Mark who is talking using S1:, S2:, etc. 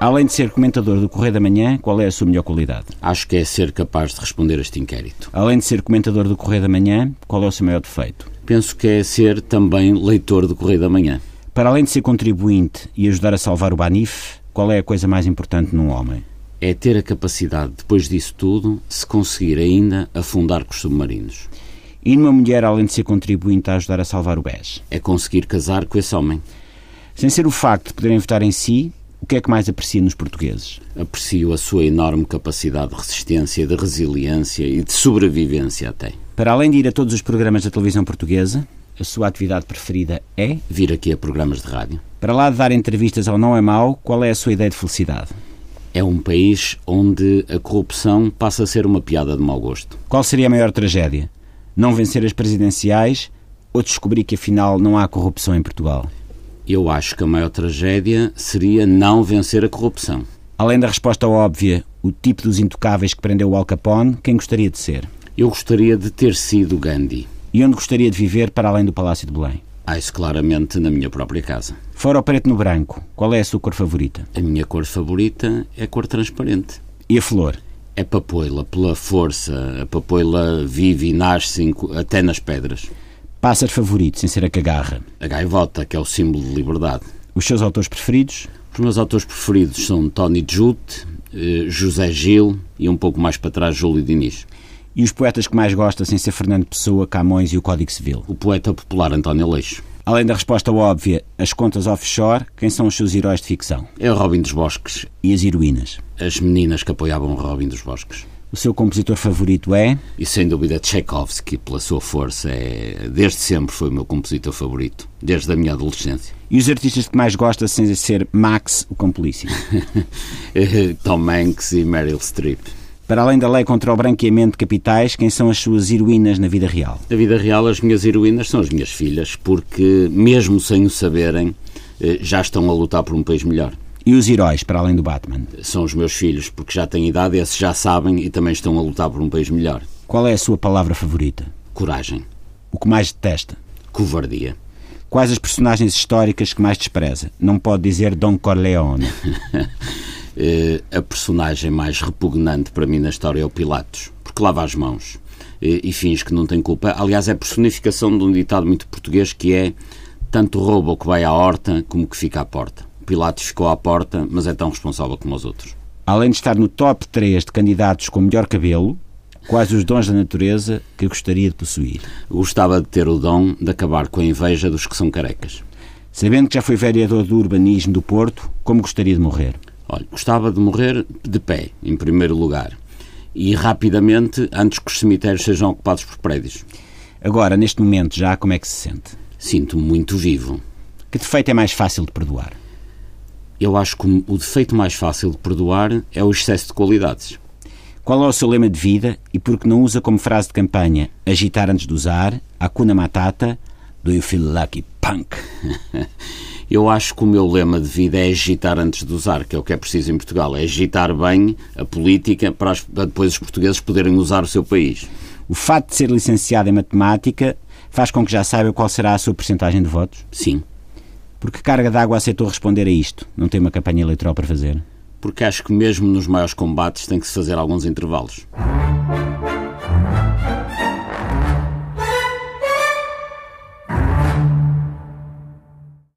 S1: Além de ser comentador do Correio da Manhã, qual é a sua melhor qualidade?
S2: Acho que é ser capaz de responder a este inquérito.
S1: Além de ser comentador do Correio da Manhã, qual é o seu maior defeito?
S2: Penso que é ser também leitor do Correio da Manhã.
S1: Para além de ser contribuinte e ajudar a salvar o Banif, qual é a coisa mais importante num homem?
S2: É ter a capacidade, depois disso tudo, se conseguir ainda afundar com os submarinos.
S1: E numa mulher, além de ser contribuinte a ajudar a salvar o BES?
S2: É conseguir casar com esse homem.
S1: Sem ser o facto de poderem votar em si, o que é que mais aprecia nos portugueses?
S2: Aprecio a sua enorme capacidade de resistência, de resiliência e de sobrevivência até.
S1: Para além de ir a todos os programas da televisão portuguesa, a sua atividade preferida é?
S2: Vir aqui a programas de rádio.
S1: Para lá de dar entrevistas ao Não é Mau, qual é a sua ideia de felicidade?
S2: É um país onde a corrupção passa a ser uma piada de mau gosto.
S1: Qual seria a maior tragédia? Não vencer as presidenciais ou descobrir que afinal não há corrupção em Portugal?
S2: Eu acho que a maior tragédia seria não vencer a corrupção.
S1: Além da resposta óbvia, o tipo dos intocáveis que prendeu o Al Capone, quem gostaria de ser?
S2: Eu gostaria de ter sido Gandhi.
S1: E onde gostaria de viver para além do Palácio de Belém?
S2: Ah, isso claramente na minha própria casa.
S1: Fora o preto no branco, qual é a sua cor favorita?
S2: A minha cor favorita é a cor transparente.
S1: E a flor?
S2: É papoila, pela força. A papoila vive e nasce até nas pedras.
S1: Pássaro favorito, sem ser a cagarra?
S2: A gaivota, que é o símbolo de liberdade.
S1: Os seus autores preferidos?
S2: Os meus autores preferidos são Tony Jute, eh, José Gil e um pouco mais para trás Júlio Diniz.
S1: E os poetas que mais gosta, sem ser Fernando Pessoa, Camões e o Código Civil?
S2: O poeta popular António Leixo.
S1: Além da resposta óbvia, as contas offshore, quem são os seus heróis de ficção?
S2: É o Robin dos Bosques.
S1: E as heroínas?
S2: As meninas que apoiavam o Robin dos Bosques.
S1: O seu compositor favorito é?
S2: E sem dúvida Tchaikovsky, pela sua força, é, desde sempre foi o meu compositor favorito, desde a minha adolescência.
S1: E os artistas que mais gosta, sem ser Max, o Campolício?
S2: Tom Hanks e Meryl Streep.
S1: Para além da lei contra o branqueamento de capitais, quem são as suas heroínas na vida real?
S2: Na vida real, as minhas heroínas são as minhas filhas, porque, mesmo sem o saberem, eh, já estão a lutar por um país melhor.
S1: E os heróis, para além do Batman?
S2: São os meus filhos, porque já têm idade, esses já sabem e também estão a lutar por um país melhor.
S1: Qual é a sua palavra favorita?
S2: Coragem.
S1: O que mais detesta?
S2: Covardia.
S1: Quais as personagens históricas que mais despreza? Não pode dizer Don Corleone.
S2: eh, a personagem mais repugnante para mim na história é o Pilatos, porque lava as mãos eh, e finge que não tem culpa. Aliás, é a personificação de um ditado muito português que é tanto rouba o que vai à horta como que fica à porta. Pilatos ficou à porta, mas é tão responsável como os outros.
S1: Além de estar no top 3 de candidatos com melhor cabelo, quais os dons da natureza que gostaria de possuir?
S2: Gostava de ter o dom de acabar com a inveja dos que são carecas.
S1: Sabendo que já foi vereador do urbanismo do Porto, como gostaria de morrer?
S2: Olha, gostava de morrer de pé, em primeiro lugar. E rapidamente, antes que os cemitérios sejam ocupados por prédios.
S1: Agora, neste momento, já, como é que se sente?
S2: Sinto-me muito vivo.
S1: Que defeito é mais fácil de perdoar?
S2: eu acho que o defeito mais fácil de perdoar é o excesso de qualidades.
S1: Qual é o seu lema de vida e por que não usa como frase de campanha agitar antes de usar, acuna matata, do you feel lucky punk?
S2: eu acho que o meu lema de vida é agitar antes de usar, que é o que é preciso em Portugal, é agitar bem a política para, as, para depois os portugueses poderem usar o seu país.
S1: O fato de ser licenciado em matemática faz com que já saiba qual será a sua percentagem de votos?
S2: Sim.
S1: Porque Carga d'Água aceitou responder a isto? Não tem uma campanha eleitoral para fazer?
S2: Porque acho que mesmo nos maiores combates tem que se fazer alguns intervalos.